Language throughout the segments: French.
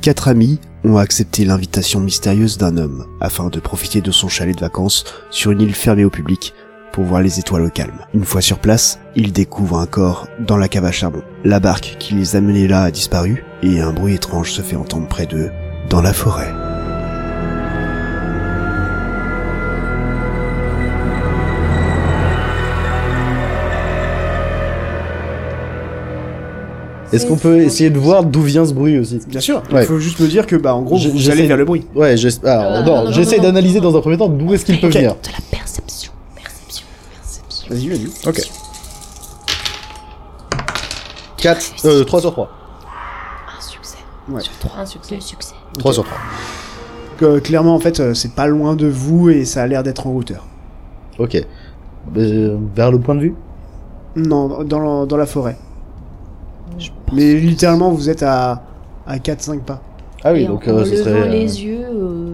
quatre amis ont accepté l'invitation mystérieuse d'un homme afin de profiter de son chalet de vacances sur une île fermée au public pour voir les étoiles au calme. Une fois sur place, ils découvrent un corps dans la cave à charbon. La barque qui les amenait là a disparu et un bruit étrange se fait entendre près d'eux dans la forêt. Est-ce qu'on peut essayer de voir d'où vient ce bruit aussi Bien sûr, Ouais. il faut juste me dire que bah en gros Je- vous j'essaie- allez vers le bruit. Ouais, j'essaie Non, Euh, non, non, non, j'essaie non, d'analyser dans un premier temps d'où est-ce qu'il peut Ok. venir. De la perception, perception, perception. Vas-y, vas-y. Ok. 4, euh, 3 sur 3. Un succès. Ouais. Sur trois. Un succès. Deux succès. 3 sur 3. Que, clairement en fait euh, c'est pas loin de vous et ça a l'air d'être en hauteur. Ok. Euh, vers le point de vue Non, dans, la- dans la forêt. Je Mais littéralement vous êtes à, à 4-5 pas. Ah oui, Et donc en, euh, en ce serait. levant euh, les yeux, euh,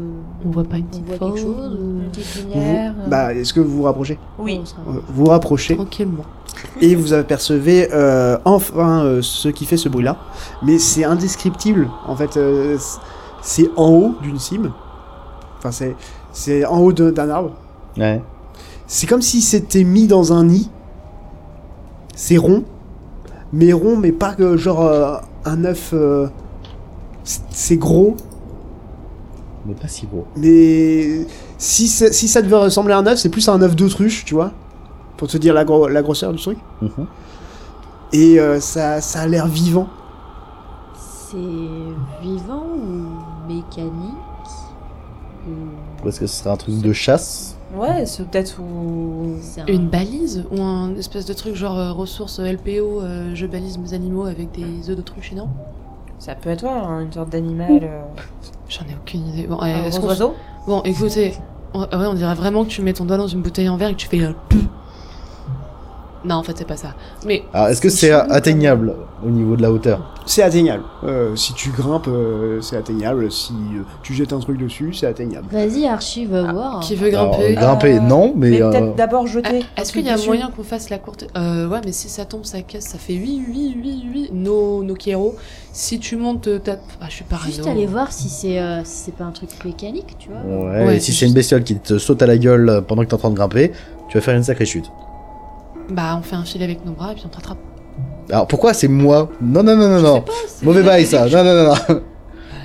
On voit pas une on petite voit quelque chose, chose, euh, une petite Vous- lumière. euh, bah est-ce que vous vous rapprochez Oui. bon, ça va. Euh, Vous rapprochez tranquillement. et vous apercevez euh, enfin euh, ce qui fait ce bruit-là. Mais c'est indescriptible, en fait. euh, c- c'est en haut d'une cime. Enfin, c'est, c'est en haut de- d'un arbre. Ouais. C'est comme si c'était mis dans un nid. C'est rond. Mais rond, mais pas que genre euh, un œuf. euh, c- c'est gros, Mais pas si gros. mais si, c'est- si ça devait ressembler à un œuf, c'est plus à un œuf d'autruche, tu vois. Pour te dire la, gro- la grosseur du truc. Mhm. Et euh, ça, ça a l'air vivant. C'est vivant ou mécanique ou- Ou est-ce que ce serait un truc de chasse Ouais, c'est peut-être où. C'est un- Une balise ou un espèce de truc genre euh, ressources euh, LPO, euh, je balise mes animaux avec des œufs d'autruche, non Ça peut être ouais, hein, une sorte d'animal. Euh... J'en ai aucune idée. Bon, eh, un est-ce gros qu'on- oiseau bon écoutez, on, ouais, on dirait vraiment que tu mets ton doigt dans une bouteille en verre et que tu fais un pou. Non, en fait, c'est pas ça. Mais Alors, est-ce que c'est a- atteignable au niveau de la hauteur C'est atteignable. Euh, si tu grimpes, euh, c'est atteignable. Si euh, tu jettes un truc dessus, c'est atteignable. Vas-y, archive, Ah, va voir. qui veut Alors, Ah. grimper grimper, Euh, non, mais. Mais euh, peut-être d'abord jeter. Ah, Est-ce qu'il y a moyen qu'on fasse la courte euh, Ouais, mais si ça tombe, ça casse, ça fait 8, 8, 8, 8. Nos no Kiero. Si tu montes, euh, t'as. Ah, je suis parano. Juste aller voir si c'est euh, si c'est pas un truc mécanique, tu vois. Ouais, Ouais, et si c'est c'est une bestiole qui te saute à la gueule euh, pendant que t'es en train de grimper, tu vas faire une sacrée chute. Bah, on fait un filet avec nos bras et puis on te rattrape. Alors pourquoi c'est moi Non, non, non, non, Je sais non. pas, c'est- Mauvais bail ça. Non, non, non, non.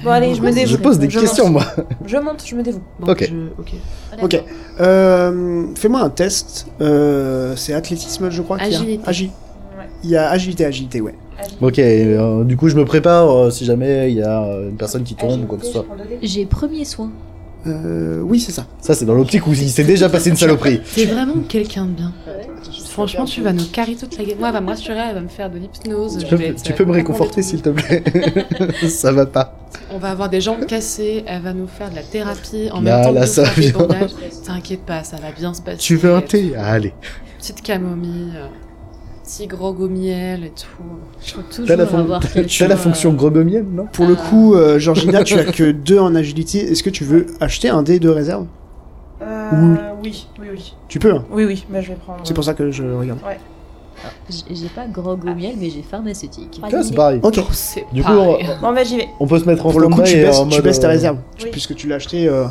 Bon, allez, je me Je dévoue. pose des Je questions monte. moi. Je monte, je me dévoue. Bon, Ok. je- ok. Voilà. Ok. Euh, Fais-moi un test. Euh, c'est athlétisme, je crois. qu'il y a. Agilité. Agi- Ouais. Il y a agilité, agilité, ouais. Ok, euh, du coup je me prépare euh, si jamais il y a euh, une personne Ah, qui tombe ou quoi que ce soit. J'ai premier soin. Euh, oui, c'est ça. Ça c'est dans l'optique où il s'est déjà passé une saloperie. T'es vraiment quelqu'un de bien. Franchement, tu vas nous carrer toute la gueule. Moi, elle va me rassurer, elle va me faire de l'hypnose. Tu je peux, vais tu être- euh, peux me réconforter s'il te plaît Ça va pas. On va avoir des jambes cassées, elle va nous faire de la thérapie Là, en même temps là, que ça ça va des bien. bandages. T'inquiète pas, ça va bien se passer. Tu veux un thé Allez. Petite camomille, euh, petit grog au miel et tout. Oh, Je crois T'as toujours la, fon- avoir quelqu'un. t'as la fonction euh, gregomienne, non Pour le coup, euh, Georgina, tu as que deux en agilité. Est-ce que tu veux acheter un dé de réserve Euh, oui, oui, oui. Tu peux. hein. Oui, oui, bah, je vais prendre. C'est pour ça que je regarde. j- J'ai pas grog au miel, mais j'ai pharmaceutique. Ah, Putain, c'est pareil. Ok. Oh, c'est Du coup, on, pareil. Bon, bah, j'y vais. on peut se mettre en Pour le coup, stand-by tu et baisses, en tu mode, baisses ta euh, réserve Oui. puisque tu l'as acheté. euh,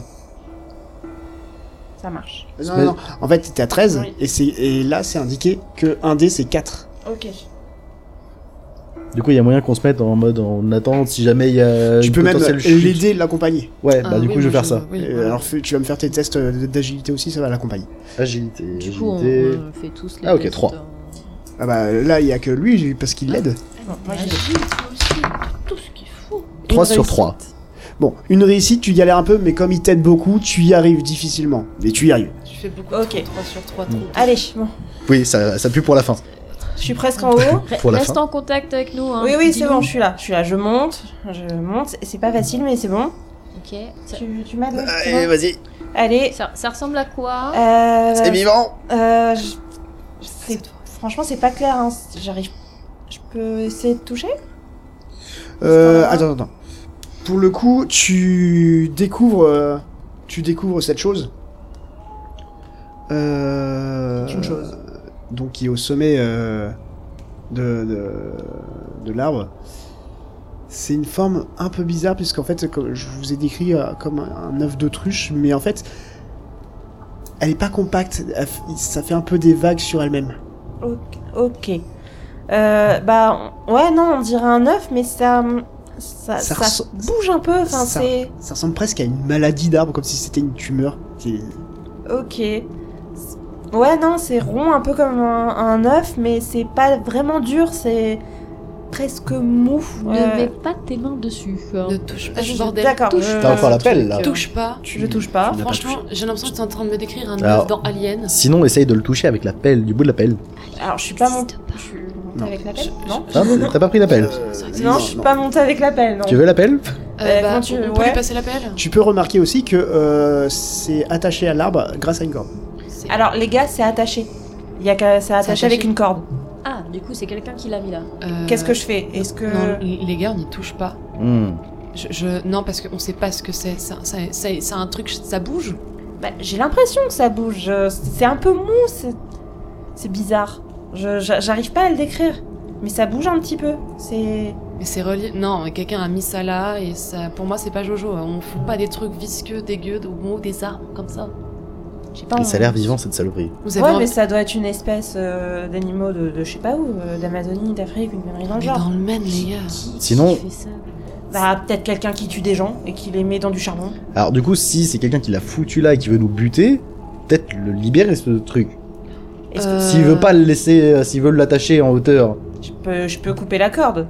Ça marche. Non, non, non. En fait, t'étais à 13 Oui. et, c'est- et là, c'est indiqué que un dé, c'est 4. Ok. Du coup, il y a moyen qu'on se mette en mode en attente si jamais il y a. Tu Euh, une peux même potentielle chute. l'aider, l'accompagner. Ouais, bah Ah, du oui, coup, je vais moi, faire ça. oui, Euh, voilà. Alors fais- tu vas me faire tes tests euh, d'agilité aussi, ça va l'accompagner. Agilité. Du coup, on, agilité. on fait tous les Ah, ok, tests euh, trois. en- Ah bah là, il y a que lui parce qu'il l'aide. Bon, moi, j'y vais. Agile, toi aussi, t'as tout ce qu'il faut. 3 Une sur réussite. 3. Bon, une réussite, tu galères un peu, mais comme il t'aide beaucoup, tu y arrives difficilement. Mais tu y arrives. Tu fais beaucoup Ok. de 3 sur 3 Mm. Allez, bon. Oui, ça, ça pue pour la fin. Je suis presque en haut. Re- Pour la Reste fin. en contact avec nous. hein. Oui, oui, c'est Dis-nous. bon, je suis là. Je suis là, je monte. Je monte. C'est pas facile, mais c'est bon. Ok. Ça, Tu, tu m'aides ouais, Ah, c'est bon vas-y, Allez. ça- ça ressemble à quoi Euh, vivant euh, je- c'est- Franchement, c'est pas clair. Hein. J'arrive. Je peux essayer de toucher Euh, Ça va attends, attends. Pour le coup, tu découvres, euh, tu découvres cette chose. Euh, C'est une chose. Donc, qui est au sommet euh, de, de, de l'arbre. C'est une forme un peu bizarre, puisqu'en fait, comme je vous ai décrit euh, comme un un œuf d'autruche, mais en fait, elle est pas compacte. elle f- Ça fait un peu des vagues sur elle-même. Ok. ok. Euh, bah, on- ouais, non, on dirait un œuf, mais ça. Ça, Ça ça resso- bouge un peu, enfin, ça- c'est. Ça ressemble presque à une maladie d'arbre, comme si c'était une tumeur. C'est- Ok. Ouais, non, c'est rond, un peu comme un, un œuf, mais c'est pas vraiment dur, c'est presque mou. Ne Euh, mets pas tes mains dessus. hein. Ne touche pas ah, je- ce bordel. D'accord. Touche je- pas. T'as encore la pelle, là. Euh, Touche pas. Je le touche pas. Tu n'as pas Franchement, touché. j'ai l'impression que tu es en train de me décrire un Alors- œuf dans Alien. Euh, Sinon, essaye de le toucher avec la pelle, du bout de la pelle. Alors, je suis pas N'existe montée pas. Non. avec la pelle Non Hein T'as pas pris la euh, pelle Non, je suis pas montée avec la pelle, non. Tu veux la pelle Euh, bah, comment tu- on peut ouais. lui passer l'appel Tu peux remarquer aussi que euh, c'est attaché à l'arbre grâce à une corde. Alors, les gars, c'est attaché. Il y a qu'à- c'est attaché attaché. avec une corde. Ah, du coup, c'est quelqu'un qui l'a mis là. Euh, Qu'est-ce que je fais Est-ce que. Non, les gars, on n'y touche pas. Hmm, Je, je- Non, parce qu'on sait pas ce que c'est. Ça- ça- ça- C'est un truc, ça bouge Bah, j'ai l'impression que ça bouge. euh, C'est un peu mou, c'est. C'est bizarre. Je- j'a- J'arrive pas à le décrire. Mais ça bouge un petit peu. C'est. Mais c'est relié. Non, mais quelqu'un a mis ça là et ça. Pour moi, c'est pas Jojo. hein. On fout pas des trucs visqueux, dégueux, ou bon, des arbres comme ça. Je sais pas. on- Ça a l'air vivant cette saloperie. Vous avez Ouais, mais envie- ça doit être une espèce euh, d'animaux de, de je sais pas où, euh, d'Amazonie, d'Afrique, une connerie dans On le est genre. dans le Maine, les gars. Sinon- Qui fait ça Bah, peut-être quelqu'un qui tue des gens et qui les met dans du charbon. Alors, du coup, si c'est quelqu'un qui l'a foutu là et qui veut nous buter, peut-être le libérer ce truc. Est-ce Euh, S'il veut pas le laisser, euh, s'il veut l'attacher en hauteur. que je peux, je peux couper la corde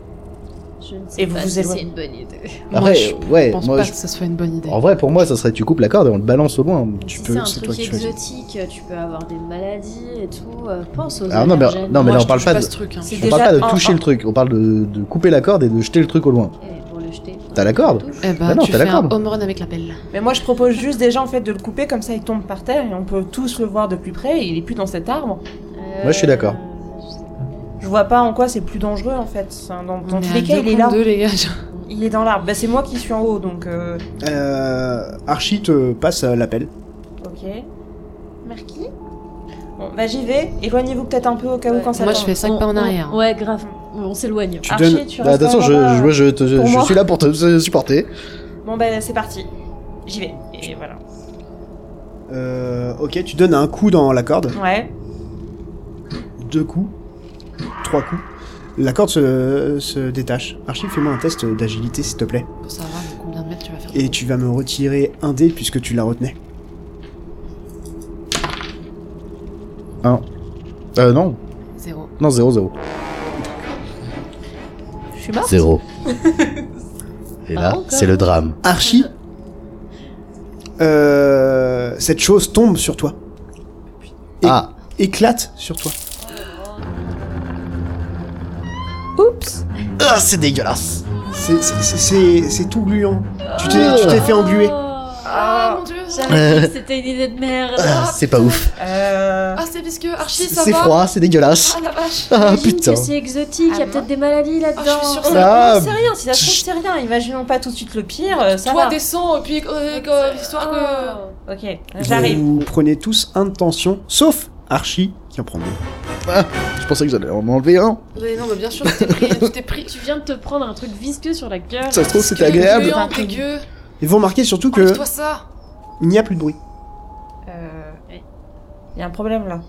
Je ne sais Et vous pas vous si éloignez. c'est une bonne idée. Moi, Après, je ouais, pense Eh, moi, pas je- Oh, que ce soit une bonne idée. En vrai, pour moi, ça serait tu coupes la corde et on le balance au loin. Si Tu c'est peux. un c'est truc toi qui choisis. exotique, euh, tu peux avoir des maladies et tout. euh, pense aux Alors Ah non, mais- allergènes. non, mais Moi, là, je on parle touche pas pas de- ce truc. hein. C'est On déjà- parle pas en- de toucher en- le truc, on parle de, de couper la corde et de jeter le truc au loin. Eh, pour le jeter. T'as la corde Touche. Eh ben, Bah non, tu t'as fais la un corde. home run avec la pelle. Mais moi, je propose juste déjà en fait de le couper comme ça, il tombe par terre et on peut tous le voir de plus près. et il est plus dans cet arbre. Euh, Moi, je suis d'accord. Je vois pas en quoi c'est plus dangereux en fait. Enfin, Dans, dans On est tous à les cas, deux il est contre là. deux, les gars. Il est dans l'arbre. Bah, c'est moi qui suis en haut, donc. euh, Euh, Archie te passe euh, l'appel. Ok. Merci. Bon, bah j'y vais. Éloignez-vous peut-être un peu au cas où Ouais. quand ça. Moi, tombe. je fais 5 On- pas en on- arrière. hein. Ouais, grave. On s'éloigne. Tu Archie, donnes- tu Bah, restes de toute façon, en je, bas, je, je te- pour je moi. suis là pour te te supporter. Bon bah c'est parti. J'y vais. Et voilà. Euh, ok, tu donnes un coup dans la corde. Ouais. Deux coups. Trois coups. La corde se, se détache. Archie, fais-moi un test d'agilité, s'il te plaît. Pour savoir de combien de mètres tu vas faire. Et tu vas me retirer un dé puisque tu la retenais. Euh, non, Zéro. non, 0, 0. Je suis morte. 0. Et là, encore. c'est le drame. Archie, euh, cette chose tombe sur toi, Et- Ah, éclate sur toi. Oups. ah c'est dégueulasse. C'est- c'est- C'est c'est- c'est tout gluant. Tu t'es tu t'es fait engluer. Ah mon dieu J'avais dit que Oh, c'était une idée de merde. Euh. Ah, c'est pas ouf. Euh... Ah, c'est visqueux, Archie, ça va C'est froid, c'est dégueulasse. Ah la vache Ah J'imagine putain. que c'est exotique, il y Ah, a peut-être des maladies là-dedans. Ah, je suis sûre On, que Ah, on sait rien. Si ça se trouve c'est rien. Imaginons pas tout de suite le pire. euh, Ça Toi, va. Ah, descends, et puis euh, euh, histoire que. Oh. Ok. J'arrive. Vous prenez tous un de tension, sauf Archie qui en prend deux. Je pensais que j'allais en enlever un. Oh. Mais non, mais bien sûr, tu t'es pris. Tu t'es pris. Tu viens de te prendre un truc visqueux sur la gueule. Ça se trouve, c'était Dégueu, Oh, agréable. gluant, dégueu. Et vous remarquez surtout que Enlève-toi ça. il n'y a plus de bruit. Euh... Il y a un problème là.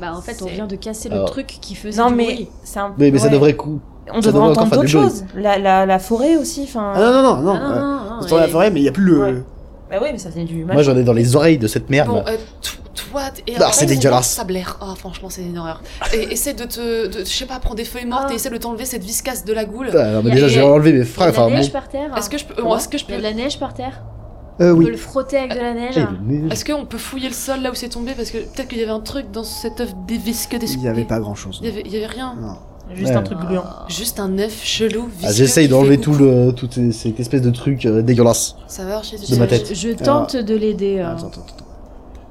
Bah en fait, on C'est- vient de casser le Alors. truc qui faisait Non du mais bruit. c'est un. Oui, mais ça ouais. devrait coup. On ça devrait devrait encore entendre faire d'autres du bruit. choses. La, la, la forêt aussi. Enfin. Ah non, non, non, non. Ah, ah, euh, ah, c'est dans la ouais. forêt, mais il n'y a plus Ouais. le. Bah oui mais ça venait du. Moi, j'en ai dans les oreilles de cette merde. Bon, là. euh, to- toi et Ah, c'est dégueulasse. Ça blaire. Ah, franchement, c'est une horreur. Et essaie de te. de- je sais pas, prends des feuilles mortes Ah. et essaie de t'enlever cette viscasse de la goule. Ah, non, mais y a- déjà, j'ai y a- enlevé Il mes y a freins. de la Enfin, mon. neige par Ah. terre. Est-ce que je peux. Comment est-ce que je Il y a peux. de la neige par terre. Euh, On oui. peut le frotter avec de la neige. Eh, mais- Est-ce qu'on peut fouiller le sol là où c'est tombé Parce que peut-être qu'il y avait un truc dans cet œuf des visqueux des Il n'y avait pas grand chose. Il y avait, il y avait rien. Juste Ouais. un truc gluant. Ah. Juste un œuf chelou, visqueux. Ah, J'essaye qui d'enlever fait tout le, toute ces- cette espèce de truc euh, dégueulasse. goût. Ça va, Archie tu de sais- ma tête. Je, je tente de l'aider. euh. Ah, Attends, attends, attends.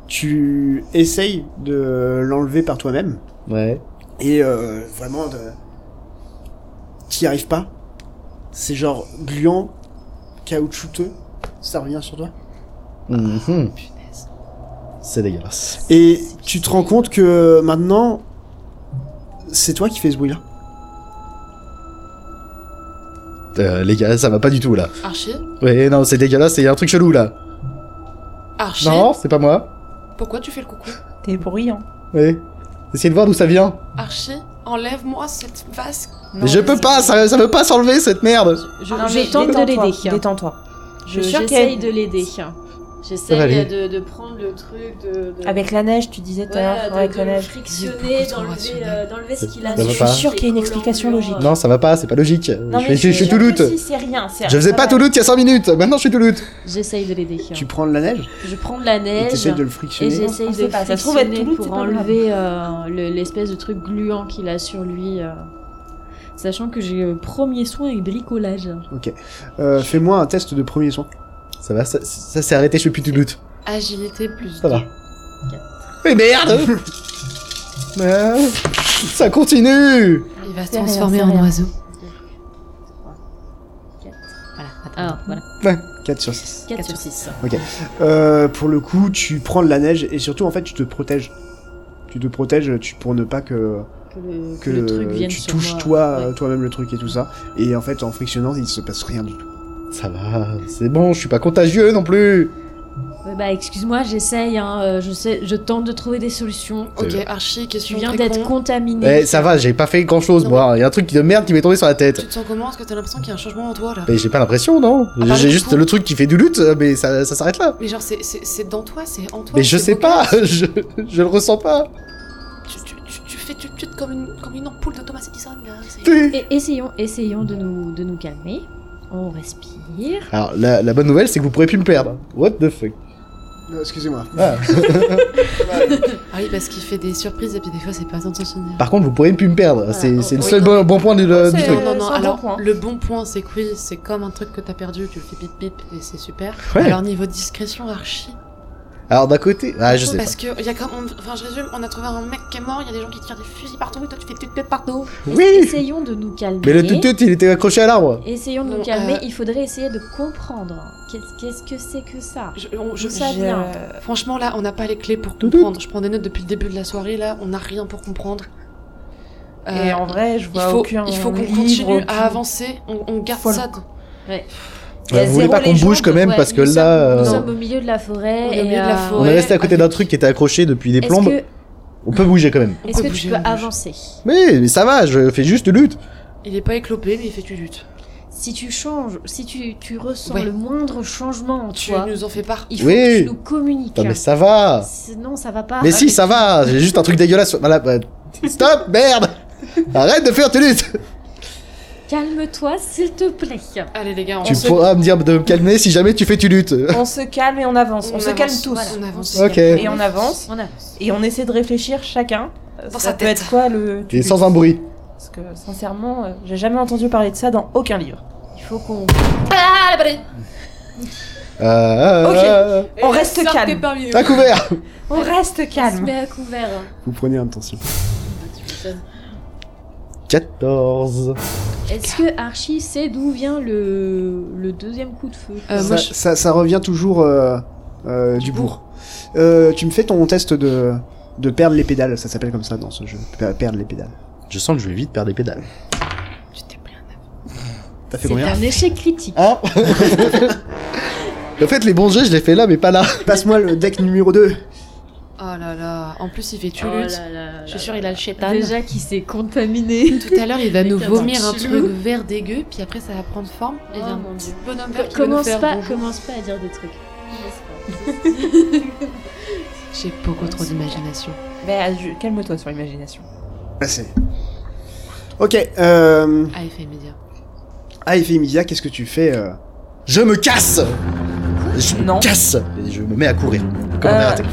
Tu essayes de l'enlever par toi-même Ouais. et euh, vraiment de... t'y arrives pas. C'est genre gluant, caoutchouteux. Ça revient sur toi. Mhm. Punaise. C'est dégueulasse. Et tu te rends compte que maintenant, c'est toi qui fais ce bruit-là. Euh, les gars, ça va pas du tout là. Archer Ouais, non, c'est dégueulasse, il y a un truc chelou là. Archer Non, c'est pas moi. Pourquoi tu fais le coucou T'es bruyant. Ouais. Essayez de voir d'où ça vient. Archer, enlève-moi cette vase. Mais je peux pas, ça, ça veut pas s'enlever cette merde. Je, Non, je mais tente de détends-toi, l'aider. Détends-toi. Je- suis sûre J'essaye qu'elle- de l'aider. Ça va aller. J'essaye de, de prendre le truc, de. de- Avec la neige, tu disais tout à l'heure, Ouais, de- avec de la le neige. frictionner, d'enlever euh, d'enlever ce qu'il a Ça va sur pas. le Je suis sûre qu'il y a une collant explication blanc. logique. Non, ça va pas, c'est pas logique. je, suis- je, suis Touloute. Si, c'est rien, c'est Je faisais ça pas va. Touloute il y a 5 minutes, maintenant je suis Touloute. J'essaye de l'aider. Tu prends de la neige Je prends de la et neige. t'essayes de le Et frictionner. j'essaye On de sait pas, ça se trouve, être frictionner Toulouse, c'est pour pas grave. enlever euh, le- l'espèce de truc gluant qu'il a sur lui. euh, Sachant que j'ai euh, premier soin et bricolage. Euh, Fais-moi un test de premier soin. Ça va, ça, ça s'est arrêté, je suis plus Touloute. Agilité plus Ça va. deux. Mais merde Ah, Ça continue Il va se C'est rien, transformer c'est en rien. oiseau. Voilà, Ah, attends. voilà. 4 sur 6. 4 sur 6. Euh, pour le coup, tu prends de la neige et surtout, en fait, tu te protèges. Tu te protèges tu, pour ne pas que, Que le, que que le truc vienne tu sur touches moi. toi, Ouais. euh, toi-même le truc et tout ça. Et en fait, en frictionnant, il se passe rien du tout. Ça va, c'est bon, je suis pas contagieux non plus Ouais, bah, excuse-moi, j'essaye. Hein, euh, je, sais, je tente de trouver des solutions. Ok, Archie, question Tu viens très d'être con. contaminé. Eh, ça va, j'ai pas fait grand chose, Non, moi. Il y a un truc de merde qui m'est tombé sur la Tu tête. te sens comment Est-ce que t'as l'impression qu'il y a un changement en toi là Mais j'ai pas l'impression, non Ah, bah, J'ai du juste coup- le truc qui fait du lutte, euh, mais ça, ça s'arrête là. Mais genre, c'est- c'est c'est dans toi, c'est en toi. Mais je c'est sais vocal. pas, je, je le ressens pas. Tu, tu, tu, tu fais tu te tutes comme une, comme une ampoule de Thomas Edison là. c'est- Et essayons, essayons de nous, de nous calmer. On respire. Alors, la, la bonne nouvelle, c'est que vous pourrez plus me perdre. What the fuck Euh, Excusez-moi. Ah. Ah oui, parce qu'il fait des surprises et puis des fois c'est pas intentionnel. Par contre, vous pourrez plus me perdre. C'est Voilà, c'est le oui, seul non. bon, bon point du, Oui, du c'est- truc. Non, non, non, c'est un bon alors point. le bon point c'est que oui, c'est comme un truc que t'as perdu, tu le fais pip pip et c'est super. Ouais. Alors niveau discrétion, archi. Alors, d'un côté. Ah, je sais pas. parce que y a comme. on- Enfin, je résume, on a trouvé un mec qui est mort, il y a des gens qui tirent des fusils partout et toi tu fais tut tut partout. Oui Essayons de nous calmer. Mais le tutut, il était accroché à l'arbre. Essayons de Bon, nous calmer. euh, Il faudrait essayer de comprendre. Qu'est-ce qu'est-ce que c'est que ça Je, on- je- Tout ça je- euh, vient. Franchement, là, on n'a pas les clés pour Tout, comprendre. Je prends des notes depuis le début de la soirée, là, on n'a rien pour comprendre. Et Euh, en vrai, je il vois faut, aucun il faut qu'on livre, continue aucun- à avancer, on, on garde Voilà. ça. Il y a vous voulez zéro pas qu'on légende, bouge quand même ouais. parce que Nous là, sommes- Nous euh, sommes au milieu de la forêt. On est au et, milieu de la euh, forêt. On est resté à Ouais, côté d'un truc qui était accroché depuis des Est-ce plombes. que, On peut bouger quand même. On est-ce peut que bouger, tu peux on bouge. avancer Mais, mais ça va, je fais juste de lutte. Il est pas éclopé, mais il fait du lutte. Si tu changes, si tu, tu ressens Ouais. le moindre changement en Tu toi, nous en fais part. il faut Oui. que tu nous communiques. Non mais ça va. Non, ça va pas. Mais si, ça va. J'ai juste un truc dégueulasse. sur- Voilà. bah, Stop, merde. Arrête de faire de lutte. Calme-toi, s'il te plaît. Allez les gars, on Tu se pourras me dire de me calmer si jamais tu fais tu lutte. On se calme et on avance. On, se avance, calme tous. voilà, on avance. Ok. Et on avance. On avance. Et on essaie de réfléchir chacun. euh, Dans ça sa peut tête. être quoi le. Et sans un bruit. Parce que sincèrement, euh, j'ai jamais entendu parler de ça dans aucun livre. Il faut qu'on. Ah, Euh, euh, On reste calme. À couvert. On reste On se calme. met à couvert. Vous prenez attention. 14. Est-ce que Archie sait d'où vient le... le deuxième coup de feu Euh, ça, moi, je- ça, ça revient toujours euh, euh, du bourg. Euh, tu me fais ton test de, de perdre les pédales. Ça s'appelle comme ça dans ce jeu. Per- Perdre les pédales. Je sens que je vais vite perdre des pédales. Tu t'es pris un aveu. T'as fait C'est combien un échec critique. Hein En fait, les bons jets, je les fais là, mais pas là. Passe-moi le deck numéro 2. Oh là là, en plus il fait tu Oh lutte. là là Je là suis sûre là il a le là. chétan. Déjà qui s'est contaminé. Tout à l'heure il va Avec nous un vomir un petit truc loup. vert dégueu, puis après ça va prendre forme. Et il y a Oh, un mon petit Dieu. bonhomme vert qui va nous Commence faire pas, bonjour. commence pas à dire des trucs. J'ai beaucoup trop d'imagination. Ben, je- calme-toi sur l'imagination. Passez. Ok. Euh, Ah, il fait immédiat. ah, et Media, qu'est-ce que tu fais euh Je me casse. Je Non. me casse. Et je me mets à courir. Comme on Euh, a raté.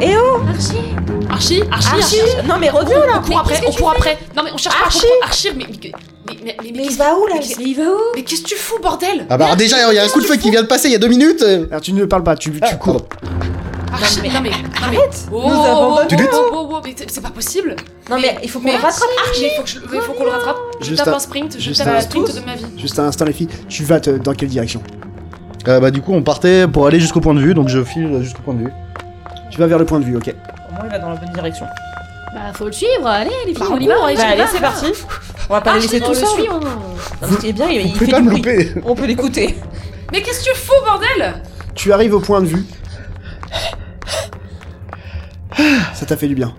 Archie Archie, Archie, Archie, Archie Ah, Non mais reviens là On court après, on court après. Non mais on cherche Archie pas à comprendre. Archie, mais mais mais mais, mais, Mais il va où là mais qu'est- Mais il va où mais qu'est-ce que tu fous bordel Ah bah alors déjà, il y a un coup de feu qui vient de passer il y a deux minutes. Alors tu ne parles pas. Tu, tu Ah, cours. pardon. Archie, non mais non mais Arrête Oh, Nous oh, abandonne. oh, Tu luttes oh, oh, oh, mais c'est- c'est pas possible. Non mais il faut qu'on Mais le rattrape Archie, il faut que je- il faut qu'on le rattrape. Je Juste tape un- un sprint, je juste tape un- un sprint de ma vie. Juste un instant, les filles. Tu vas te- dans quelle direction Euh, bah du coup, on partait pour aller jusqu'au point de vue, donc je file jusqu'au point de vue. Tu vas vers le point de vue. Ok. Au moins il va dans la bonne direction. Bah faut le suivre, allez les filles, Bah, on y va, on on y court, va. Ah, Bah allez c'est parti On va pas les laisser on tout le seuls. suit, on- Non, mais Ce qui est bien, il, il peut fait pas du me bruit. louper. On peut l'écouter. Mais qu'est-ce que tu fous, bordel Tu arrives au point de vue. Ça t'a fait du bien.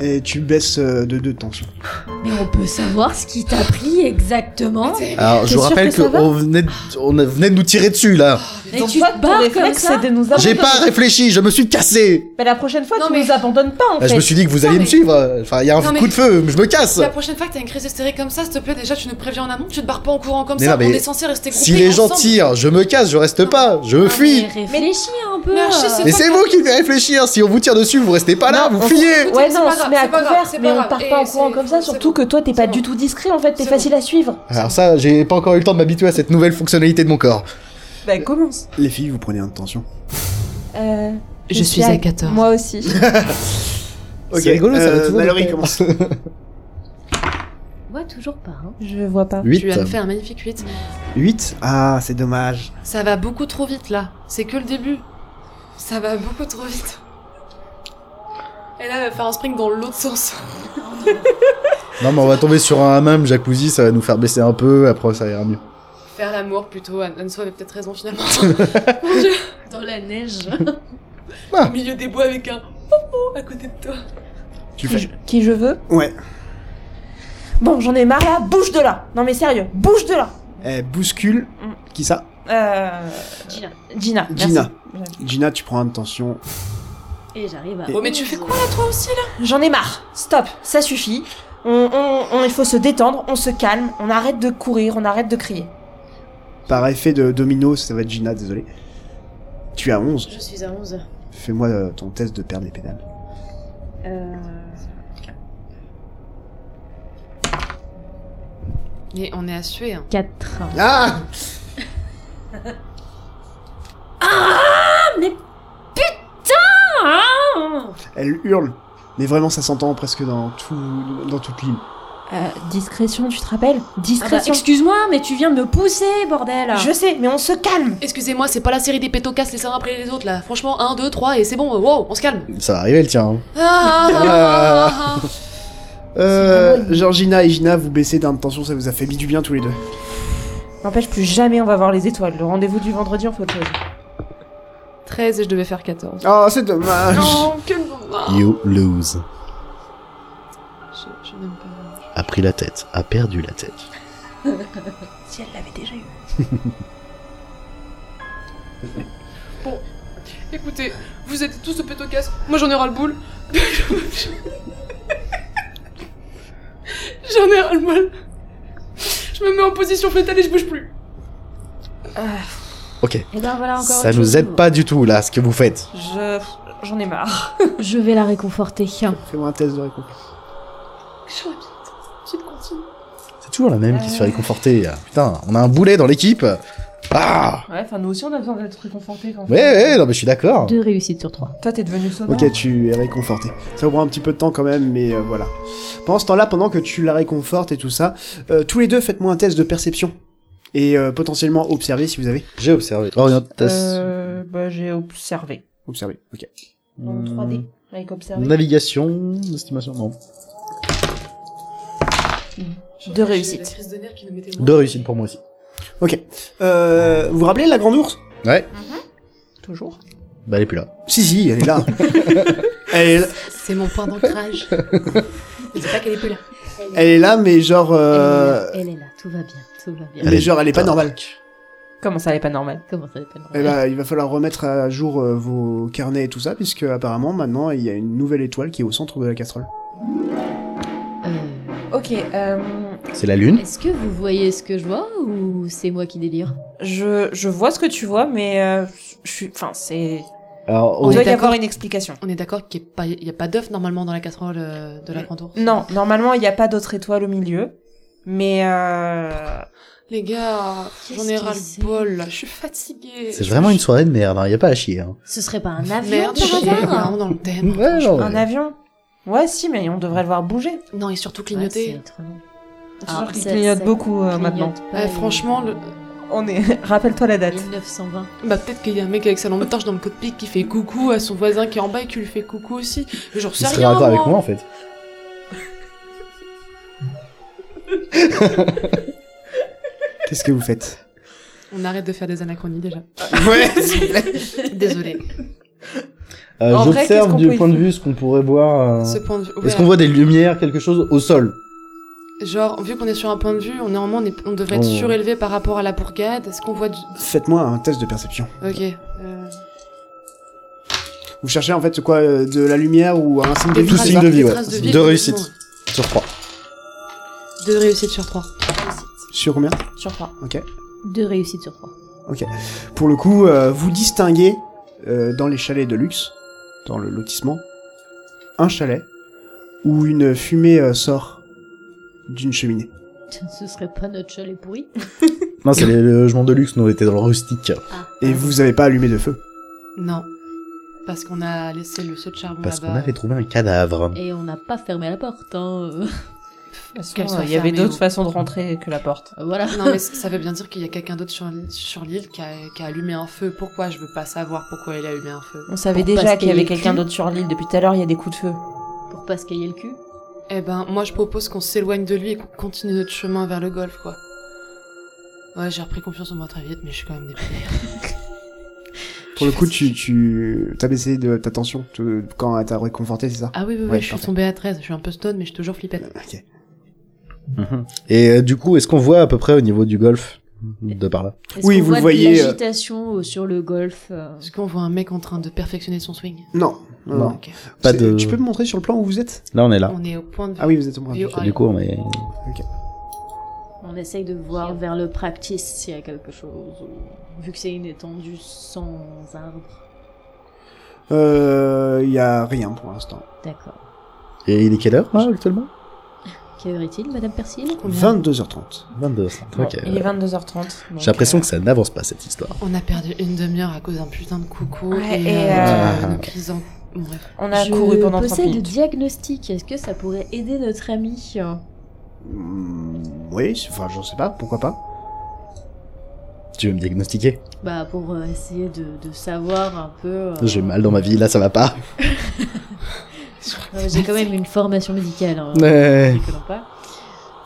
Et tu baisses euh, de deux de tension. Mais on peut savoir ce qui t'a pris exactement. Alors, T'es je vous sûr rappelle que ça va qu'on venait, de- on venait de nous tirer dessus, là. Mais Donc tu toi, te ton barres comme réflexe, ça c'est de nous J'ai abandonner. pas réfléchi, je me suis cassé. Mais la prochaine fois, Non, tu mais- nous abandonnes pas, en Bah, fait. Je me suis dit que vous alliez Non, me mais- suivre. Enfin, il y a un Non, coup mais- de feu, je me casse. La prochaine fois que t'as une crise hystérique comme ça, s'il te plaît, déjà tu nous préviens en amont, tu te barres pas en courant comme Mais ça, non, mais on est censé rester groupés Si les gens ensemble. tirent, je me casse, je reste pas, je me Ah, fuis. mais Réfléchis un peu. Mais Archie, Mais c'est c'est toi vous qui devez réfléchir. Si on vous tire dessus, vous restez pas là, Non, vous on- fuyez. Ouais, C'est non, pas on se grave, met à c'est pas couvert, grave, c'est mais pas on grave. part Et pas en c'est- courant comme ça, c'est surtout bon. que toi, t'es pas C'est du bon. tout discret, en fait, t'es C'est facile à suivre. Alors ça, j'ai pas encore eu le temps de m'habituer à cette nouvelle fonctionnalité de mon corps. Bah, commence. Les filles, vous prenez un de tension. Euh, Je suis à 14. Moi aussi. C'est rigolo, ça va euh, toujours Mallory nous commence. Moi, toujours pas. hein. Je vois pas. 8. Tu as fait un magnifique 8. 8 Ah, c'est dommage. Ça va beaucoup trop vite là. C'est que le début. Ça va beaucoup trop vite. Et là, elle va faire un spring dans l'autre sens. Non, mais on va tomber sur un hammam, jacuzzi, ça va nous faire baisser un peu, après ça ira mieux. Faire l'amour plutôt. Anne- Anne-So avait peut-être raison finalement. Mon Dieu. Dans la neige. Au milieu des bois avec un popo à côté de toi. Tu Qui je, qui je veux Ouais. Bon, j'en ai marre là, bouge de là Non mais sérieux, bouge de là Eh, Elle bouscule. Mm. Qui ça Euh... Gina. Gina. merci. Gina. Gina, tu prends un de tension. Et j'arrive à. Oh, mais tu fais quoi là, toi aussi là J'en ai marre. Stop, ça suffit. On, on- on- il faut se détendre, on se calme, on arrête de courir, on arrête de crier. Par effet de domino, ça va être Gina, désolé. Tu as 11. Je suis à 11. Fais-moi euh, ton test de perdre des pédales. Euh... Mais on est à suer. hein. 4. Ah Elle hurle. Mais vraiment, ça s'entend presque dans tout, dans toute l'île. Euh, discrétion, tu te rappelles Ah bah, Discrétion. ah bah, Excuse-moi, mais tu viens de me pousser, bordel. je sais, mais on se calme. Excusez-moi, c'est pas la série des pétocasses les uns après les autres là. Franchement, 1, 2, 3 et c'est bon, wow, on se calme. Ça va arriver le tien. hein. Ah, ah, ah, ah, ah. Euh, Georgina et Gina, vous baissez d'un de tension, ça vous a fait mis du bien tous les deux. N'empêche, plus jamais on va voir les étoiles. Le rendez-vous du vendredi, on fait autre chose. 13 et je devais faire 14. Oh, c'est dommage. Non, que dommage. You lose. Je, je n'aime pas. A pris la tête, a perdu la tête. Si elle l'avait déjà eu. Écoutez, vous êtes tous au pétocasse, moi j'en ai ras le boule. j'en ai ras le mal. Je me mets en position fétale et je bouge plus. Ok. Et ben voilà encore. Ça une nous chose. aide pas du tout, là, ce que vous faites. Je... J'en ai marre. Je vais la réconforter. Fais-moi un test de récompense. Je rapide, tu continue. C'est toujours la même qui se fait réconforter. Putain, on a un boulet dans l'équipe. Ah Ouais, enfin nous aussi on a besoin d'être réconfortés quand Ouais, ouais, non, mais je suis d'accord. Deux réussites sur trois. Toi t'es devenu sonore. Ok, tu es réconforté. Ça vous prend un petit peu de temps quand même, mais euh, voilà. Pendant ce temps-là, pendant que tu la réconfortes et tout ça, euh, tous les deux faites-moi un test de perception. Et euh, potentiellement observer si vous avez. J'ai observé. Orientation. Euh, bah j'ai observé. Hmm. Observé, ok. En 3D, avec observé. Navigation, estimation, non. Deux réussites. crise de nerfs qui nous mettait Deux réussites pour moi aussi. Ok. Euh, vous vous rappelez la grande ours Ouais, Toujours. bah elle est plus là. Si, si, elle est là. elle, est là C'est mon point d'ancrage. Je dis pas qu'elle est plus là. elle est là, mais genre... euh, Elle, est là, tout va bien, tout va bien. Elle mais est- genre, elle est pas Ah. normale. Comment ça, elle est pas normale Comment ça s'appelle Eh ben, il va falloir remettre à jour euh, vos carnets et tout ça, puisque apparemment, maintenant, il y a une nouvelle étoile qui est au centre de la casserole. Euh, Ok, euh, C'est la lune. Est-ce que vous voyez ce que je vois ou c'est moi qui délire je, je vois ce que tu vois, mais euh, je suis... Enfin, c'est... Alors, On Il est doit y d'accord. avoir une explication. On est d'accord qu'il n'y a pas, il y a pas d'œuf normalement dans la casserole euh, de la grande ours. Non, normalement, il n'y a pas d'autre étoile au milieu. Mais... Euh... Les gars, j'en ai Qu'est-ce que ras c'est le bol là. Je suis fatiguée. C'est vraiment une soirée de merde, hein, y a pas à chier. Hein. Ce serait pas un avion Merde, je par suis hasard Ah, vraiment dans le thème. Ouais, genre, Un ouais. avion Ouais, si, mais on devrait le voir bouger. Non, et surtout Ouais, c'est clignoter. étonnant. Ah, Ah, qu'il ça- clignote ça beaucoup euh, clignote maintenant. pas, Eh, il- franchement, le... On est... Rappelle-toi la date. 1920. bah, peut-être qu'il y a un mec avec sa lampe torche dans le cockpit qui fait coucou à son voisin qui est en bas et qui lui fait coucou aussi. Genre, Il c'est serait rien. d'accord Moi. avec moi en fait. Qu'est-ce que vous faites On arrête de faire des anachronies déjà. Ouais. Désolée. Euh, En vrai, qu'est-ce J'observe qu'on du peut y point de vue ce qu'on pourrait boire. euh, Ce point de vue. ouais. Est-ce qu'on voit des lumières, quelque chose au sol Genre, vu qu'on est sur un point de vue, on, normalement, on, est- on devrait être Oh. surélevé par rapport à la bourgade. Est-ce qu'on voit du. Faites-moi un test de perception. Ok. euh, Vous cherchez en fait quoi euh, De la lumière ou un signe de des vie traces- c'est ça signe de vie, des ouais. traces De réussite. complètement. Sur trois. Deux réussites sur trois. Sur combien Sur 3. Ok. Deux réussites sur 3. Pour le coup, euh, vous distinguez euh, dans les chalets de luxe, dans le lotissement, un chalet où une fumée euh, sort d'une cheminée. Ce serait pas notre chalet pourri. Ah. Non, c'est les logements de luxe, nous on était dans le rustique. Ah. Et vous n'avez pas allumé de feu. Non. Parce qu'on a laissé le seau de charbon Parce bah qu'on là-bas. avait trouvé un cadavre. Et on n'a pas fermé la porte, hein. euh, qu'elle Qu'elles soit soient- Il y avait fermée d'autres ou- façons de rentrer que la porte. Voilà. Non, mais c- ça veut bien dire qu'il y a quelqu'un d'autre sur, l- sur l'île qui a, qui a allumé un feu. Pourquoi Je veux pas savoir pourquoi il a allumé un feu. On savait Pour pas déjà se qu'il y avait cailler le quelqu'un cul. d'autre sur l'île. Depuis tout à l'heure, il y a des coups de feu. Pour pas se cailler le cul. Eh ben, moi je propose qu'on s'éloigne de lui et qu'on continue notre chemin vers le golfe, quoi. Ouais, j'ai repris confiance en moi très vite, mais je suis quand même déprimée. Pour le coup, tu, tu as baissé de ta tension tu- quand elle t'a réconforté, c'est ça Ah oui, oui, oui, Ouais, je suis parfait. Euh, tombée à 13. Je suis un peu stone, mais je suis toujours flippée. Ok. Et euh, du coup, est-ce qu'on voit à peu près au niveau du golfe De par là. Est-ce Oui, qu'on vous voit le voyez, De euh, l'agitation euh, sur le golf. euh, Est-ce qu'on voit un mec en train de perfectionner son swing Non. Non. non. Ok. Pas C'est- de- Tu peux me montrer sur le plan où vous êtes Là, on est là. On est au point de vue. Ah oui, vous êtes au bras. View Du eye. coup, on est. On essaye de voir vers le practice s'il y a quelque chose. ou- Vu que c'est une étendue sans arbre. Euh, y a rien pour l'instant. D'accord. Et il est quelle heure là, actuellement Quelle heure est-il, Madame Persil Combien 22h30. 22. Ok. Il est 22h30. J'ai l'impression que ça n'avance pas cette histoire. On a perdu une demi-heure à cause d'un putain de coucou Ouais, et, et, euh, euh, nos crises en- Bon, bref. euh, On a couru pendant 30 possède le minutes. diagnostic. Est-ce que ça pourrait aider notre ami euh, Hmm, oui, c'est- enfin, j'en sais pas, pourquoi pas. Tu veux me diagnostiquer Bah, pour euh, essayer de, de savoir un peu. euh, J'ai mal dans ma vie, là ça va pas. Non, mais euh, J'ai quand même une formation médicale. Hein. Ouais. déconnons pas.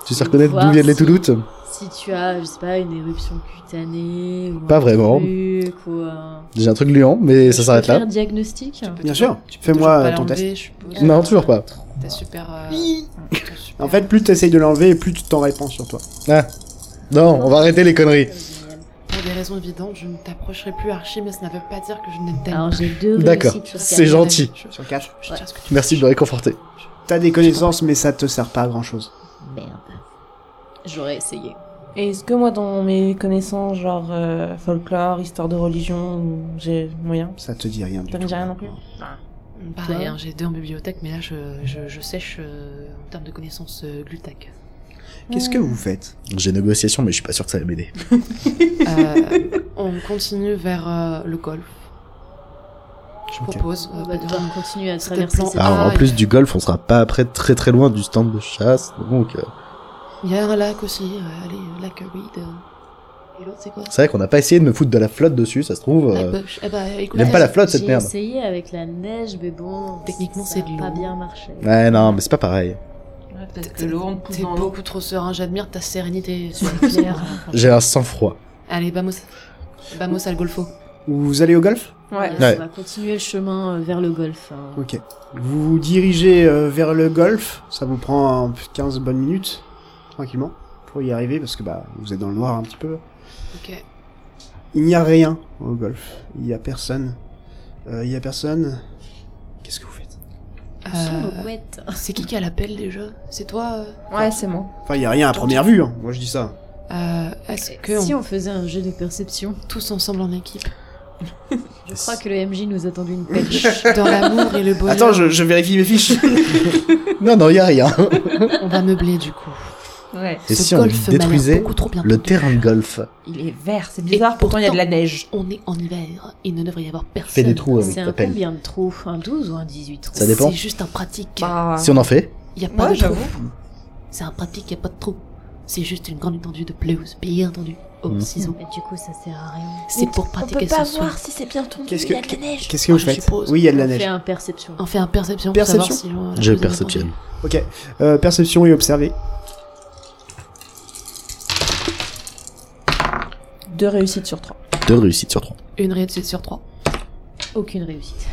Tu sais reconnaître Voir d'où viennent les si- Touloutes Si tu as, je sais pas, une éruption cutanée ou Pas un vraiment. truc ou un... J'ai un truc liant, mais ça Je s'arrête peux là. faire diagnostic Peut-être Bien sûr, tu peux fais-moi, toujours pas euh, ton l'enlever, je suppose. Non, toujours pas. T'as super. euh, t'as super- En fait, plus t'essayes de l'enlever, et plus tu t'en répands sur toi. Non, on va arrêter les conneries. Pour des raisons évidentes, je ne t'approcherai plus, Archie, mais ça ne veut pas dire que je ne t'aime Alors j'ai deux D'accord, réussites sur c'est quatre. Je- gentil. je- je- Sur 4. je tiens ce que tu Merci de me réconforter. T'as des connaissances, mais ça te sert pas à grand chose. Merde. J'aurais essayé. Et est-ce que moi, dans mes connaissances, genre euh, folklore, histoire de religion, j'ai moyen Ça te dit rien du Ça tout. me dit rien non plus fais. Pareil, Toi hein, j'ai deux en bibliothèque, mais là je, je, je sèche euh, en termes de connaissances euh, glutac. Qu'est-ce que vous faites J'ai négociation, mais je suis pas sûr que ça va m'aider. Euh, on continue vers euh, le golf. Je Ok. propose. On euh, va de- devoir continuer à C'était traverser plan cette... A. Alors, en Ah, plus du golf, on sera pas après très très loin du stand de chasse, donc euh, Il y a un lac aussi, euh, allez, euh, lac Reed. euh, Et l'autre, c'est quoi c'est vrai qu'on n'a pas essayé de me foutre de la flotte dessus, ça se trouve. La euh, bush. Eh bah, écoute, Il aime pas la flotte, cette J'ai merde. essayé avec la neige, mais bon, Techniquement, ça c'est a de pas l'eau. bien marché. Ouais, non, mais c'est pas pareil. Peut-être que l'eau, T'es beaucoup trop serein, j'admire ta sérénité. c'est clair. J'ai un sang-froid. allez, vamos. Vamos al golfo. Vous allez au golf Ouais. Voilà, Ouais. On va continuer le chemin euh, vers le golf. hein. Ok. Vous vous dirigez euh, vers le golf. Ça vous prend euh, 15 bonnes minutes, tranquillement, pour y arriver, parce que bah, vous êtes dans le noir un petit peu. Ok. Il n'y a rien au golf. Il n'y a personne. Euh, il n'y a personne. Qu'est-ce que vous faites Sous Euh, nos couettes. c'est qui qui a l'appel déjà C'est toi euh Ouais, c'est moi. Enfin, il n'y a rien à première vue, hein. moi je dis ça. Euh, Est-ce que Si on... on faisait un jeu de perception, tous ensemble en équipe je crois que hein. le MJ nous a tendu une pêche. Dans l'amour et le bonheur, Attends, je, je vérifie mes fiches. Non, non, y a rien. on va meubler du coup. Ouais. Et Ce si on golf m'a l'air détruisait beaucoup trop bien le foutu. terrain de golf Il est vert, c'est bizarre, pourtant il y a de la neige. On est en hiver, il ne devrait y avoir personne. Fais des trous euh, avec C'est ta un pelle. combien de trous Un 12 ou un 18 trous Ça dépend. C'est juste impratique. Bah, Si on en fait Il y a pas moi de trou. j'avoue. C'est impratique, il y a pas de trou. C'est juste une grande étendue de pelouse, bien entendu, au Mhm. ciseau. Mais du coup, ça sert à rien. C'est pour pratiquer son swing. si c'est bien tombé, Qu'est-ce que- de la neige. Qu'est-ce que vous je faites suppose. Oui, il y a de la On neige. fait un perception. On fait un perception, Perception. pour savoir si on a la J'ai pelouse perception. étendue. Euh, perception et observer. deux réussites sur trois. Deux réussites sur trois. Une réussite sur trois. Aucune réussite.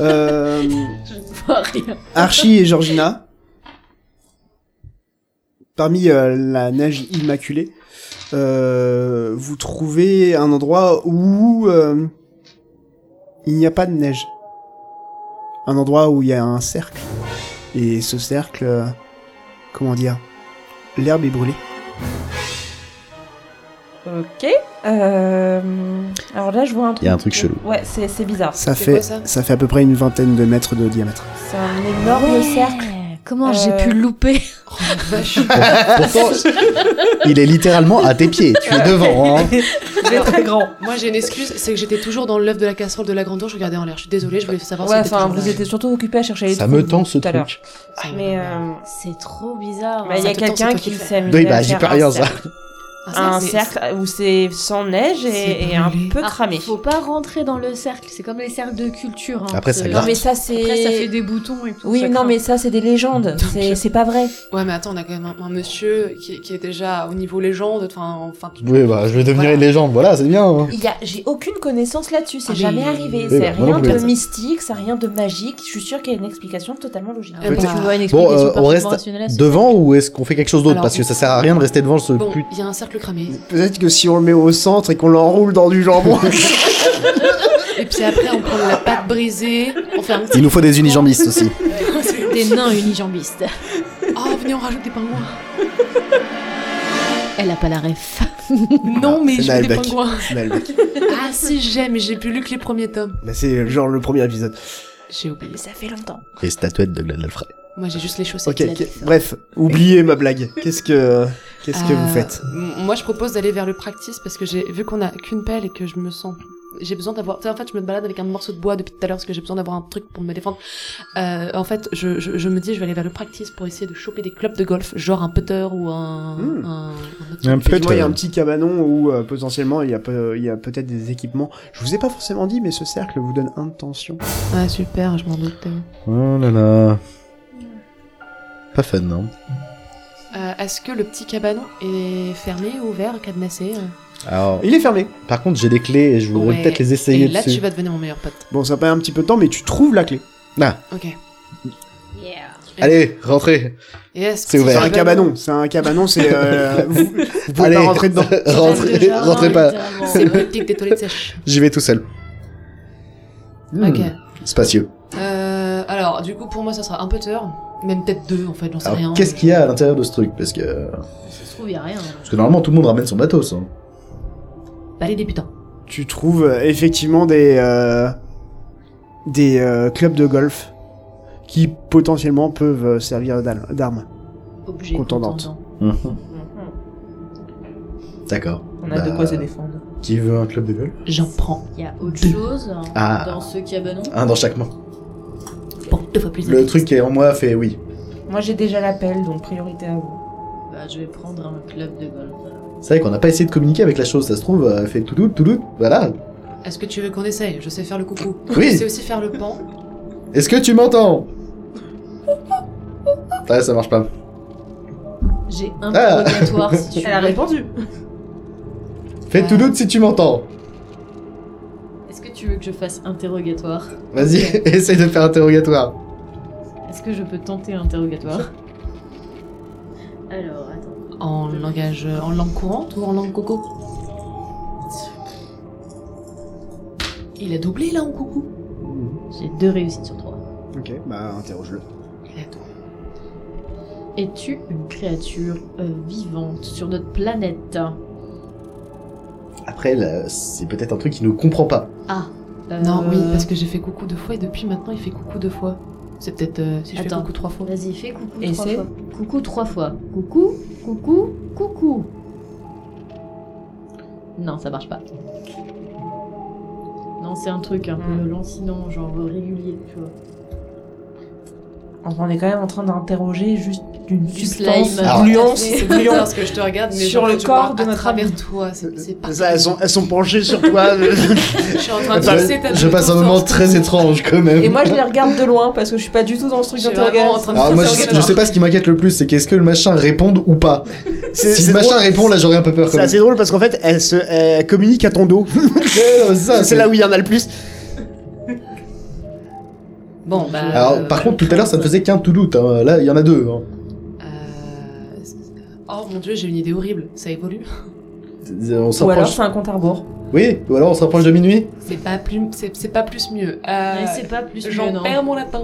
Euh, Je ne vois rien. Archie et Georgina, parmi euh, la neige immaculée, euh, vous trouvez un endroit où euh, il n'y a pas de neige. Un endroit où il y a un cercle. Et ce cercle, euh, comment dire, l'herbe est brûlée. Ok. Euh, alors là, je vois un truc. Il y a un truc chelou. Ouais, c'est c'est bizarre. Ça C'est fait, quoi, ça fait à peu près une vingtaine de mètres de diamètre. C'est un énorme cercle. Comment j'ai j'ai pu pu le louper Oh la vache Pourtant, il est littéralement à tes pieds. Tu es devant. Hein. Il est très grand. Moi j'ai une excuse, c'est que j'étais toujours dans l'œuf de la casserole de la grande tour, je regardais en l'air. Je suis désolée, je voulais savoir Ouais, si c'était enfin, toujours vous là. Ah, étiez surtout occupé à chercher les Ça trous me tend ce tout à l'heure. truc. Mais euh, C'est trop bizarre. hein. bah, il y a te tend, c'est quelqu'un toi qui qui le fais. s'est amusé Oui, à bah, j'y faire peux rien, un ça. cercle. Ah, ça, Un c'est- cercle où c'est sans neige et, C'est et un brûlé. peu Ah, cramé. Faut pas rentrer dans le cercle, c'est comme les cercles de culture. hein. Après, ça C'est- Non gratte. mais ça c'est. Après, ça fait des boutons et tout. Oui, ça non craint. mais ça c'est des légendes. C'est c'est pas vrai. Ouais, mais attends, on a quand même un, un monsieur qui, qui est déjà au niveau légende. Enfin, enfin. tu- Oui, bah, je vais devenir Voilà. une légende. Voilà, c'est bien. hein. Il y a, j'ai aucune connaissance là-dessus, c'est Ah, mais- jamais arrivé, Oui, c'est bah, moi rien non plus. de mystique, c'est rien de magique, je suis sûre qu'il y a une explication totalement logique. Ah, mais Tu vois une explication Bon, euh, on parfaitement reste rationnelle à ce- devant ou est-ce qu'on fait quelque chose d'autre Alors, Parce que on- ça sert à rien de rester devant ce Bon, pute. il y a un cercle cramé. Peut-être que si on le met au centre et qu'on l'enroule dans du jambon, Et puis après, on prend la pâte brisée, on fait un petit. Il nous faut des unijambistes aussi. Des nains unijambistes. Oh, venez, on rajoute des pingouins. Elle a pas la ref. Non, mais c'est je veux des Nalbec. pingouins. Malbec. Ah, si, j'aime, j'ai plus lu que les premiers tomes. Bah, c'est genre le premier épisode. J'ai oublié. Ça fait longtemps. Les statuettes de Glenn Alfred. Moi, j'ai juste les chaussettes. Ok, que- bref, oubliez ma blague. Qu'est-ce que qu'est-ce que vous Euh, faites m- Moi, je propose d'aller vers le practice parce que j'ai vu qu'on a qu'une pelle et que je me sens. J'ai besoin d'avoir. tu sais, En fait, je me balade avec un morceau de bois depuis tout à l'heure parce que j'ai besoin d'avoir un truc pour me défendre. Euh, en fait, je, je, je me dis, je vais aller vers le practice pour essayer de choper des clubs de golf, genre un putter ou un. Hmm. un, un autre Un truc. putter. Effectivement, il y a un petit cabanon où euh, potentiellement il y a peu- il y a peut-être des équipements. Je vous ai pas forcément dit, mais ce cercle vous donne un de tension. Ah, super, je m'en doute. Oh là là. Pas fun, hein. non Euh, Est-ce que le petit cabanon est fermé, ouvert, cadenassé euh Alors, Il est fermé. par contre, j'ai des clés et je voudrais Ouais. peut-être les essayer Et là, dessus. tu vas devenir mon meilleur pote. Bon, ça prend un petit peu de temps, mais tu trouves la clé. Ok. Yeah. Allez, rentrez. Yes, C'est petit ouvert. C'est un cabanon. C'est un cabanon. C'est euh, vous, vous pouvez Allez. pas rentrer dedans. rentrez, rentrez pas. C'est plus petit que des toilettes sèches. J'y vais tout seul. Hmm. Ok. Spacieux. Euh, alors, du coup, pour moi, ça sera un putter. Même peut-être deux, en fait, j'en sais rien. Alors, qu'est-ce qu'il y a à l'intérieur de ce truc Parce que... Ça se trouve, y a rien. Parce que normalement, tout le monde ramène son hein. bateau, ça. Bah, les débutants. Tu trouves euh, effectivement des euh, des euh, clubs de golf qui potentiellement peuvent euh, servir d'al- d'armes. Objet Contendante. contendant. Mhm. Mhm. D'accord. On a de Bah, quoi se défendre. Qui veut un club de golf J'en prends Il y a autre chose hein, Ah. dans ce cabanon. Un dans chaque main. pour deux fois plus. Le truc qui est en moi fait oui. Moi j'ai déjà l'appel, donc priorité à vous. Bah, je vais prendre un club de golf. alors. C'est vrai qu'on n'a pas essayé de communiquer avec la chose, ça se trouve, euh, elle fait tout doute, tout doute, voilà. Est-ce que tu veux qu'on essaye Je sais faire le coucou. Je Oui sais aussi faire le pan. Est-ce que tu m'entends Ah, ça marche pas. J'ai un Ah. interrogatoire si tu Elle a veux. répondu. Fais tout doute si tu m'entends. Est-ce que tu veux que je fasse interrogatoire Vas-y, essaye de faire interrogatoire. Est-ce que je peux tenter interrogatoire Alors, attends. En langage. euh, En langue courante ou en langue coco Il a doublé là en coucou. J'ai deux réussites sur trois. Ok, bah interroge-le. Il a doublé. Es-tu une créature euh, vivante sur notre planète Euh, Après, là, c'est peut-être un truc qui ne comprend pas. Ah. euh, Non, oui, parce que j'ai fait coucou deux fois et depuis maintenant il fait coucou deux fois. C'est peut-être euh, si je fais Attends. coucou trois fois. Vas-y, fais coucou Et trois c'est fois. Coucou trois fois. Coucou, coucou, coucou. Non, ça marche pas. Hmm. Non, c'est un truc un peu lancinant, genre régulier, tu vois. Donc, on est quand même en train d'interroger juste d'une Du substance slime. gluante, C'est gluante. Ah, Euh, parce que je te regarde, mais Sur genre, le tu corps vois de à notre travers ami. toi, c'est c'est pas. Ça, elles sont, elles sont penchées sur toi. Je suis en train de fixer ta Je, je passe un moment confiance. très étrange quand même. Et moi, je les regarde de loin parce que je suis pas du tout dans ce truc Je suis vraiment en d'interrogation. train de Alors fixer Ah, moi, ta je, je confiance. sais pas ce qui m'inquiète le plus, c'est qu'est-ce que le machin réponde ou pas. C'est- si c'est le machin drôle. répond, là j'aurais un peu peur quand C'est même. assez drôle parce qu'en fait, elles, se, elles communiquent à ton dos. Ouais, non, mais c'est ça, c'est là où il y en a le plus. Bon, bah. Alors par euh, contre, tout à l'heure ça ne faisait qu'un tout doute. hein. Là, il y en a deux. hein. euh, est-ce que- Oh mon dieu, j'ai une idée horrible. Ça évolue. On Ou alors, s'approche. c'est un compte à rebours. Oui, ou alors on s'approche de minuit. C'est pas plus, c'est c'est pas plus mieux. Euh, Mais c'est pas plus mieux, J'en non. perds mon lapin.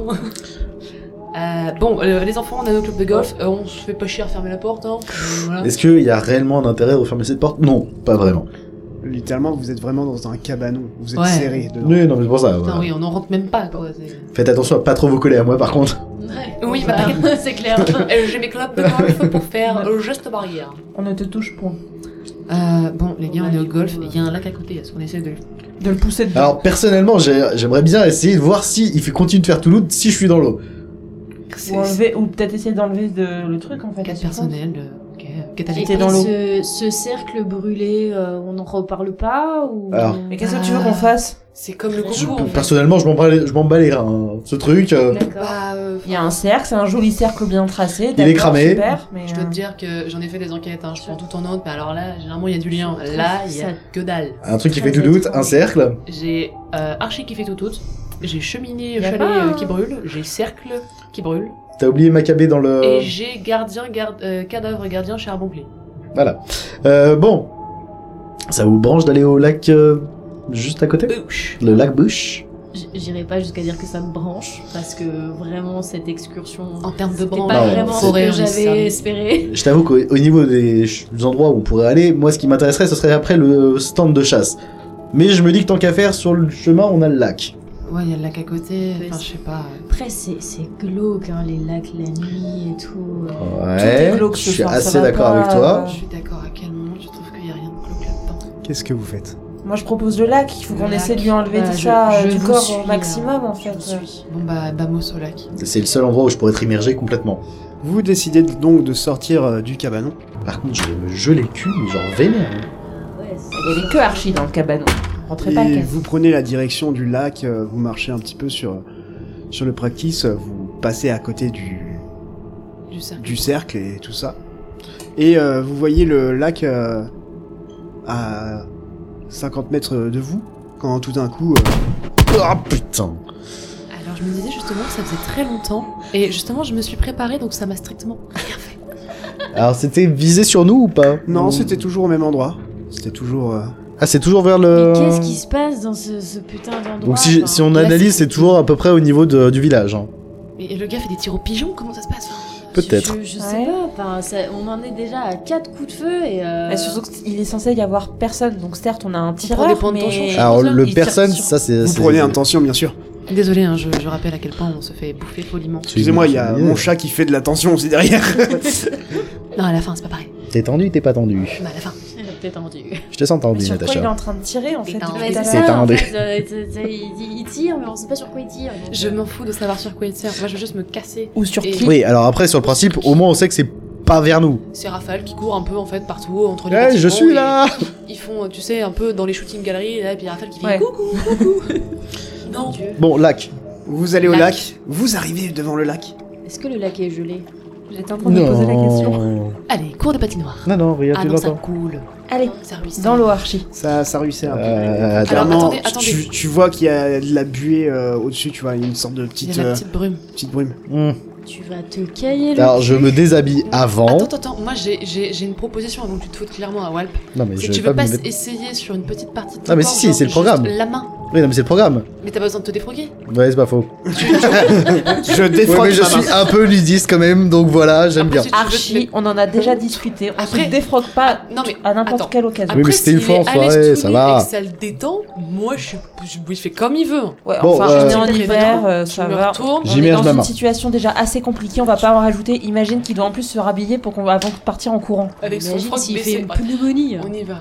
Euh, bon, euh, les enfants, on a nos clubs de golf. Euh, on se fait pas chier à fermer la porte. Hein. Euh, voilà. Est-ce qu'il y a réellement un intérêt à refermer cette porte Non, pas vraiment. Littéralement, vous êtes vraiment dans un cabanon. Vous êtes Ouais. serré dedans. Oui, non, mais c'est pour ça. Putain, voilà. oui, on en rentre même pas. Quoi. c'est- Faites attention à pas trop vous coller à moi par contre. Oui, bah, c'est clair. Euh, j'ai mes clubs de golf pour faire le geste barrière. On ne te touche point. Euh, bon, les gars, Ouais, on est au du golf. coup, euh, Il y a un lac à côté. Est-ce qu'on essaie de. De le pousser dedans. Alors personnellement, j'ai- j'aimerais bien essayer de voir si il fait continue de faire tout loot si je suis dans l'eau. C'est- Ou, enlever, ou peut-être essayer d'enlever de- le truc en fait. Quatre je pense. personnels. euh, Ok. Et, Catalyse. J'étais dans l'eau. ce, ce cercle brûlé, euh, on n'en reparle pas ou... Alors. Mais qu'est-ce que tu veux qu'on fasse C'est comme le Je- concours. en fait. personnellement, je m'en bats les- je m'en bats les reins, hein. Ce truc. euh, D'accord. Bah, euh, Il y a un cercle, c'est un joli cercle bien tracé. Il est cramé. Super, mais Je euh, dois te dire que j'en ai fait des enquêtes, hein, je prends tout en note, mais alors là, généralement, il y a du lien. Là, il y a Ça- que dalle. Un truc qui Très fait tout doute, étrange. un cercle. J'ai euh, Archie qui fait tout tout, j'ai cheminée Y a chalet pas euh, un- qui brûle, j'ai cercle qui brûle, T'as oublié Maccabée dans le. et j'ai gardien, garde, euh, cadavre gardien charbon clé. Voilà. Euh, bon. Ça vous branche d'aller au lac euh, juste à côté Euh. Ouch. Le lac Bush J- J'irai pas jusqu'à dire que ça me branche, parce que vraiment, cette Oh, excursion... En termes de C'était branche, bah, pas Non, vraiment ce forêt, que hein, on est j'avais servi. espéré. Je t'avoue qu'au au niveau des ch- endroits où on pourrait aller, moi ce qui m'intéresserait ce serait après le stand de chasse. Mais je me dis que tant qu'à faire, sur le chemin on a le lac. Ouais, il y a le lac à côté, enfin, je sais pas. Après, c'est c'est glauque, hein, les lacs la nuit et tout. euh. Ouais, Tout est glauque, je ce suis soir, ça assez va d'accord pas, avec toi. euh, Je suis d'accord, à quel moment tu trouves qu'il y a rien de glauque là-dedans Qu'est-ce que vous faites Moi je propose le lac, il faut Le qu'on lac. essaie de lui enlever Bah, tout je- ça euh, je du vous corps suis, euh, au maximum en fait. Je suis. Bon bah, bamos au lac. C'est le seul endroit où je pourrais être immergé complètement. Vous décidez donc de sortir euh, du cabanon. Par contre, je vais me geler le cul, mais genre vénère. hein. Ouais, c'est- Il y avait que Archie dans le cabanon. Rentrez pas à Et caisse. vous prenez la direction du lac, euh, vous marchez un petit peu sur, sur le practice, euh, vous passez à côté du, Du cercle. du cercle et tout ça. Et euh, vous voyez le lac euh, à 50 mètres euh, de vous, quand tout d'un coup, euh, Ah putain Alors je me disais justement que ça faisait très longtemps, et justement je me suis préparée, donc ça m'a strictement Alors c'était visé sur nous ou pas non, Ou- c'était toujours au même endroit. C'était toujours... euh, Ah, c'est toujours vers le. Mais qu'est-ce qui se passe dans ce, ce putain d'endroit Donc si, enfin si on là, analyse, c'est- c'est toujours à peu près au niveau de- du village. hein. Et le gars fait des tirs aux pigeons, comment ça se passe Peut-être. Je, je Ouais. sais pas, enfin, ça- on en est déjà à quatre coups de feu et... euh, Et surtout qu'il est censé y avoir personne, donc certes on a un prend des tireur, points de ton mais... change. Alors personne, le il tire personne, sur- ça c'est. Vous c'est- prenez intention, bien sûr. Désolé, hein, je, je rappelle à quel point on se fait bouffer poliment. c'est- Excusez-moi, il y a c'est- mon chat qui fait de la tension aussi derrière. Non, à la fin, c'est pas pareil. T'es tendu, t'es pas tendu. Mais à la fin. Peut-être entendu. Je te sens mais tendu, sur quoi il est Natacha. en train de tirer en fait Putain, depuis mais tout à c'est l'heure ça. en tardé. fait, euh, c'est- c'est- il, il tire, mais on sait pas sur quoi il tire. donc, Je euh, m'en fous de savoir sur quoi il tire. Moi, je veux juste me casser. Ou sur Et- qui Oui, alors après, sur le principe, au moins on sait que c'est pas vers nous. C'est Raphaël qui court un peu, en fait, partout, entre les Eh, je bâtiments, suis et là Ils font, tu sais, un peu dans les shooting galeries, là, et puis Raphaël qui fait Ouais. coucou, coucou. non. Bon, lac. Vous allez au Lac. lac, vous arrivez devant le lac. Est-ce que le lac est gelé J'étais en train de me poser la question. Allez, cours de patinoire. Non, non, regarde, Ah tu non, vois ça pas. coule. Allez, Ça ruisselle. dans l'eau Archie. Ça, ça ruisselle un peu. Euh, attends. Alors, Clairement, attendez, attendez. Tu, tu vois qu'il y a de la buée euh, au-dessus, tu vois, une sorte de Il y petite, a la euh, petite brume. petite brume. Hmm. Tu vas te cailler le... Bah, Alors je me déshabille avant. Attends, attends, attends, moi j'ai- j'ai j'ai une proposition avant que tu te foutes clairement à Walp. Non, mais C'est je que tu vais veux pas pas me mettre- essayer sur une petite partie de ton Ah, mais corps, si, si, genre c'est le juste programme. La main. Oui, non, mais c'est le programme. Mais t'as pas besoin de te défroquer. Ouais, c'est pas faux. Je Ouais, défroque mais je ma main. suis un peu ludiste quand même, donc voilà, j'aime Après, bien. si tu veux te Archie, on en a déjà discuté, on Après- se défroque pas Non, mais à attends. n'importe quelle occasion. Après, mais c'était une s'il fois en est à l'aise soirée, tout ça nu va. Et que ça le détend, moi je, je- il fait comme il veut. Ouais, Bon, enfin, euh, on est en Je me hiver, euh, Je ça me va. retourne. On J'y est mets dans ma une main. situation déjà assez compliquée, on va pas en rajouter. Imagine qu'il doit en plus se rhabiller pour qu'on avant de partir en courant. Avec son Imagine froc s'il baissé. fait une hein. Bref, pneumonie. On y va.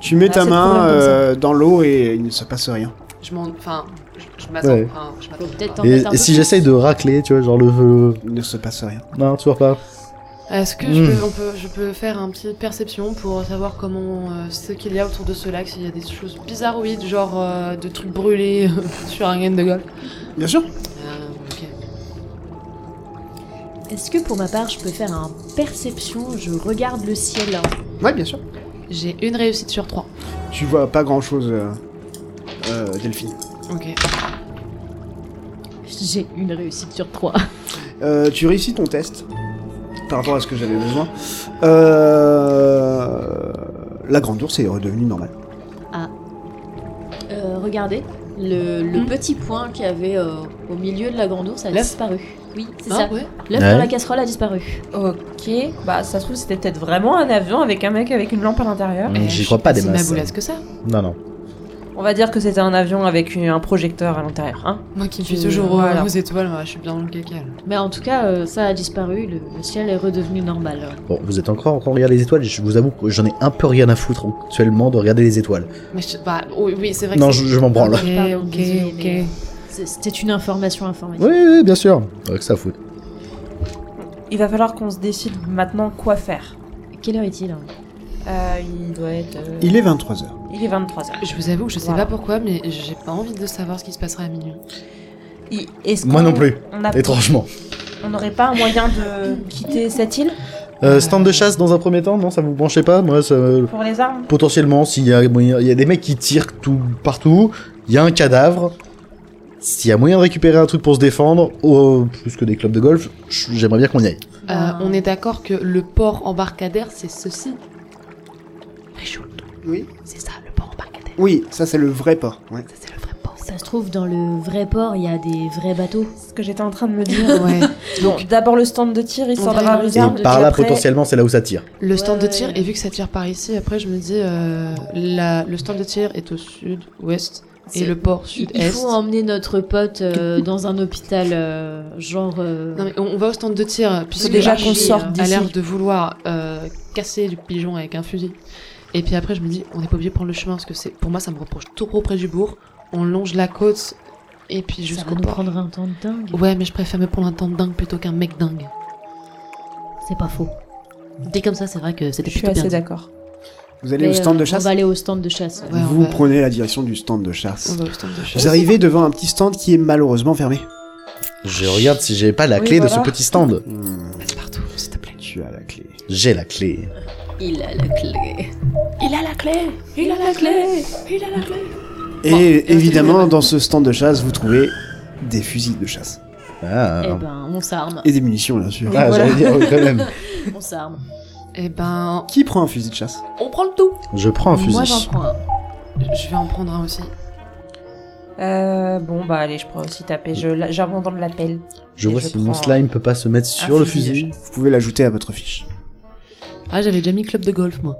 Tu mets Ah, ta c'est le main problème comme ça. euh, dans l'eau et il ne se passe rien. Je m'en. Enfin, Je, je m'attends. Ouais. enfin, je Faut m'attends peut-être pas. t'en Et, mettre un et peu si plus. j'essaye de racler, tu vois, genre le. Il ne se passe rien. Non, toujours pas. Est-ce que je, Mm. peux, on peut, je peux faire un petit perception pour savoir comment euh, ce qu'il y a autour de ce lac, s'il y a des choses bizarroïdes, genre euh, de trucs brûlés sur un game de golf Bien sûr. Euh, ok. Est-ce que pour ma part, je peux faire un perception Je regarde le ciel. Ouais, bien sûr. J'ai une réussite sur trois. Tu vois pas grand chose, euh, euh, Delphine. Ok. J'ai une réussite sur trois. Euh, tu réussis ton test par rapport à ce que j'avais besoin. Euh, La grande ours est redevenue normale. Euh, regardez, le, le Hmm. petit point qu'il y avait euh, au milieu de la grande ours a L'œuf. disparu. Oui, c'est Ah, ça. ouais. L'œuf Ouais. dans la casserole a disparu. Ok, bah ça se trouve c'était peut-être vraiment un avion avec un mec avec une lampe à l'intérieur. Mm, Eh, J'y je crois pas des C'est ma masses. boulasse que ça. Non, non. On va dire que c'était un avion avec une- un projecteur à l'intérieur, hein. Moi qui me Tu- suis toujours euh, voilà. aux étoiles, moi, je suis bien dans le caca. là. Mais en tout cas, euh, ça a disparu, le, le ciel est redevenu normal. Bon, vous êtes encore en train de regarder les étoiles. Je vous avoue que j'en ai un peu rien à foutre actuellement de regarder les étoiles. Mais je- bah, oui, oui, c'est vrai Non, que je, je m'en branle. Ok, Pardon, ok, désolée, ok. mais- C'est- C'était une information informatique. Oui, oui, bien sûr. Ouais, que ça fout. Il va falloir qu'on se décide maintenant quoi faire. Quelle heure est-il hein Euh, il doit être... euh, Il est 23h. il est 23h. Je vous avoue que je sais Voilà. pas pourquoi, mais j'ai pas envie de savoir ce qui se passera à minuit. Euh, Moi non plus. On Ah. a- Étrangement. on n'aurait pas un moyen de quitter cette île Euh, stand de chasse dans un premier temps, non Ça vous branchez pas Moi, ça. pour les armes Potentiellement, s'il y a moyen, il y a des mecs qui tirent tout partout, il y a un cadavre. S'il y a moyen de récupérer un truc pour se défendre, oh, plus que des clubs de golf, j- j'aimerais bien qu'on y aille. Euh, Ben, on est d'accord que le port embarcadère, c'est ceci. Réchaud, Oui. c'est ça, le port embarcadère. Oui, ça c'est le vrai port. Ouais. Ça, c'est le vrai port. Ça se trouve, dans le vrai port, il y a des vrais bateaux. C'est ce que j'étais en train de me dire. Ouais. Bon, d'abord le stand de tir, On histoire va d'avoir aller les Et armes. par puis là, après- potentiellement, c'est là où ça tire. Le stand Ouais, de tir, ouais. et vu que ça tire par ici, après je me dis, euh, la- le stand de tir est au sud-ouest et C'est- le port Il sud-est. il faut emmener notre pote euh, dans un hôpital, euh, genre. euh, Non mais on on va au stand de tir, euh, puisque déjà Archie qu'on sorte a d'ici. l'air de vouloir euh, casser du pigeon avec un fusil. Et puis après je me dis, on n'est pas obligé de prendre le chemin, parce que c'est, pour moi ça me reproche tout pro près du bourg, on longe la côte, et puis ça jusqu'au va nous port. prendre un temps de dingue. Ouais mais je préfère me prendre un temps de dingue plutôt qu'un mec dingue. C'est pas faux. Dit comme ça, c'est vrai que c'était Je suis plutôt bien. assez dit. d'accord. Vous allez Mais, au stand euh, de chasse. On va aller au stand de chasse. Ouais, Vous on, va, prenez la direction du stand de chasse. on va au stand de chasse. Vous arrivez devant un petit stand qui est malheureusement fermé. Je regarde si j'ai pas la Oui, clé de voilà. ce petit stand. Hmm, Passe partout, s'il te plaît. tu as la clé. J'ai la clé. Il a la clé. Il a la clé Il a la clé Il a la clé Et Bon, il reste évidemment, une- dans ce stand de chasse, vous trouvez des fusils de chasse. Ah, Eh ben, on s'arme. Et des munitions, bien sûr. Ah, j'allais dire oui, quand même. On s'arme. Eh ben, Qui prend un fusil de chasse on prend le tout Je prends un Moi, j'en fusil. prends un. Je vais en prendre un aussi. Euh, bon, bah allez, je pourrais aussi taper. Je, la- j'abandonne l'appel. Je Et vois je si mon prends slime peut pas se mettre sur un le fusil de fusil. Vous pouvez l'ajouter à votre fiche. Ah j'avais déjà mis club de golf moi.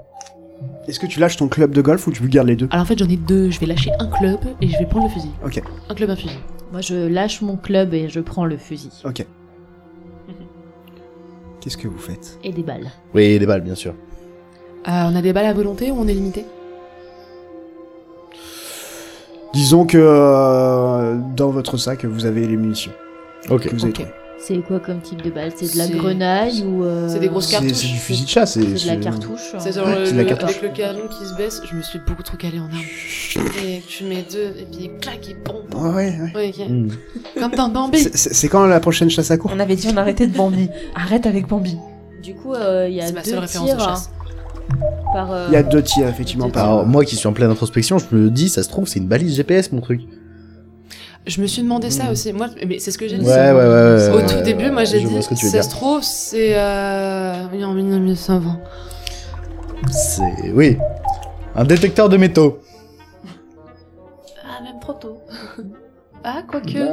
Est-ce que tu lâches ton club de golf ou tu gardes les deux Alors en fait j'en ai deux, je vais lâcher un club et je vais prendre le fusil. Ok. Un club, un fusil. Euh, Moi, je lâche mon club et je prends le fusil. Ok. Qu'est-ce que vous faites Et des balles. Oui, des balles, bien sûr. Euh, on a des balles à volonté ou on est limité Disons que euh, dans votre sac, vous avez les munitions Ok. que vous avez Ok. trouvées. C'est quoi comme type de balle C'est de la C'est- grenaille ou. euh, c'est des grosses C'est Cartouche. c'est du fusil de chasse. C'est de la c'est- cartouche. C'est hein. genre Ouais, le- c'est la le- cartouche. avec le canon qui se baisse, je me suis beaucoup trop calé en armes. Et tu mets deux et puis clac et bon. Ouais, ouais, ouais. Ouais, ok. Hmm. Comme dans Bambi. C'est- C'est c'est quand la prochaine chasse à courre On avait dit on arrêtait de Bambi. Arrête avec Bambi. Du coup, euh, il y a C'est ma seule deux référence de tirs hein, chasse. par. euh, Il y a deux tirs, effectivement. deux par- Alors, moi qui suis en pleine introspection, je me dis, ça se trouve, c'est une balise GPS, mon truc. Je me suis demandé ça aussi. Moi, mais c'est ce que j'ai dit. Ouais, Mm. ouais, ouais, ouais, Au ouais, tout ouais, début, ouais, moi j'ai je vois dit, ce que tu veux ça dire. se trouve, c'est euh... oui, en 1920. C'est. Oui. Un détecteur de métaux. Ah, même trop tôt. ah, quoique.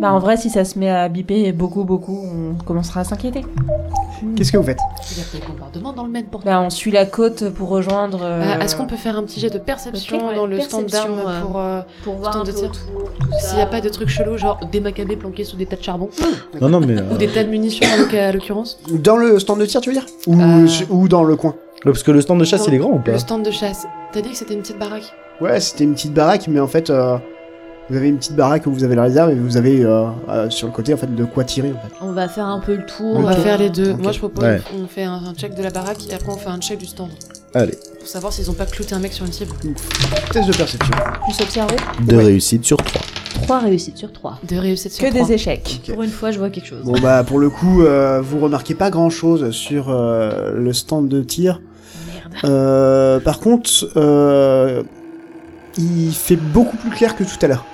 Bah en vrai, si ça se met à biper beaucoup, beaucoup, on commencera à s'inquiéter. Qu'est-ce que vous faites Il y a des bombardements dans le même port. Bah on suit la côte pour rejoindre. euh, Euh, Est-ce qu'on peut faire un petit jet de perception Ok, ouais, dans le stand perception, d'armes ouais. pour euh, Pour voir Stand un de peu tir. autour, tout ça. s'il n'y a pas de trucs chelous, genre des macabées planqués sous des tas de charbon Non, non, mais. ou euh, des tas de munitions en l'oc- à l'occurrence Dans le stand de tir, tu veux dire ou, Ah. Euh. ou dans le coin Ouais, parce que le stand de chasse, il est grand ou pas Le stand de chasse. T'as dit que c'était une petite baraque. Ouais, c'était une petite baraque, mais en fait, euh, Vous avez une petite baraque où vous avez la réserve et vous avez euh, euh, sur le côté en fait de quoi tirer. En fait. On va faire un peu le tour. On va euh, faire les deux. Ok. Moi, je propose, Ouais. on fait un, un check de la baraque et après on fait un check du stand. Allez. Pour savoir s'ils ont pas clouté un mec sur une cible. Test de perception. Plus observer. Deux réussites sur trois. Trois réussites sur trois. De réussite sur Que trois. des échecs. Pour une fois, je vois quelque chose. Bon bah pour le coup, euh, vous remarquez pas grand chose sur euh, le stand de tir. Merde. Euh, par contre, euh, il fait beaucoup plus clair que tout à l'heure.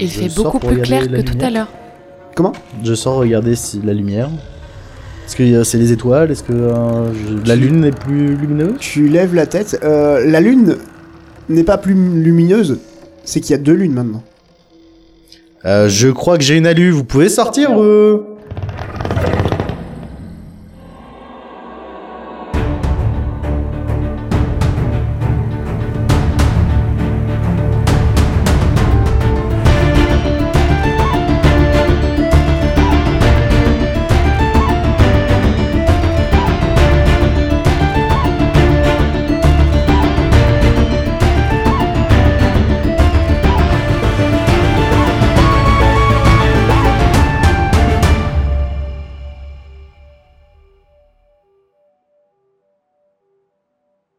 Il fait beaucoup plus clair que tout à l'heure. Je sors regarder si la lumière. Est-ce que euh, c'est les étoiles Est-ce que euh, je- la lune est plus lumineuse Tu lèves la tête. euh, la lune n'est pas plus lumineuse, c'est qu'il y a deux lunes maintenant. Euh, Je crois que j'ai une alu. Vous pouvez sortir euh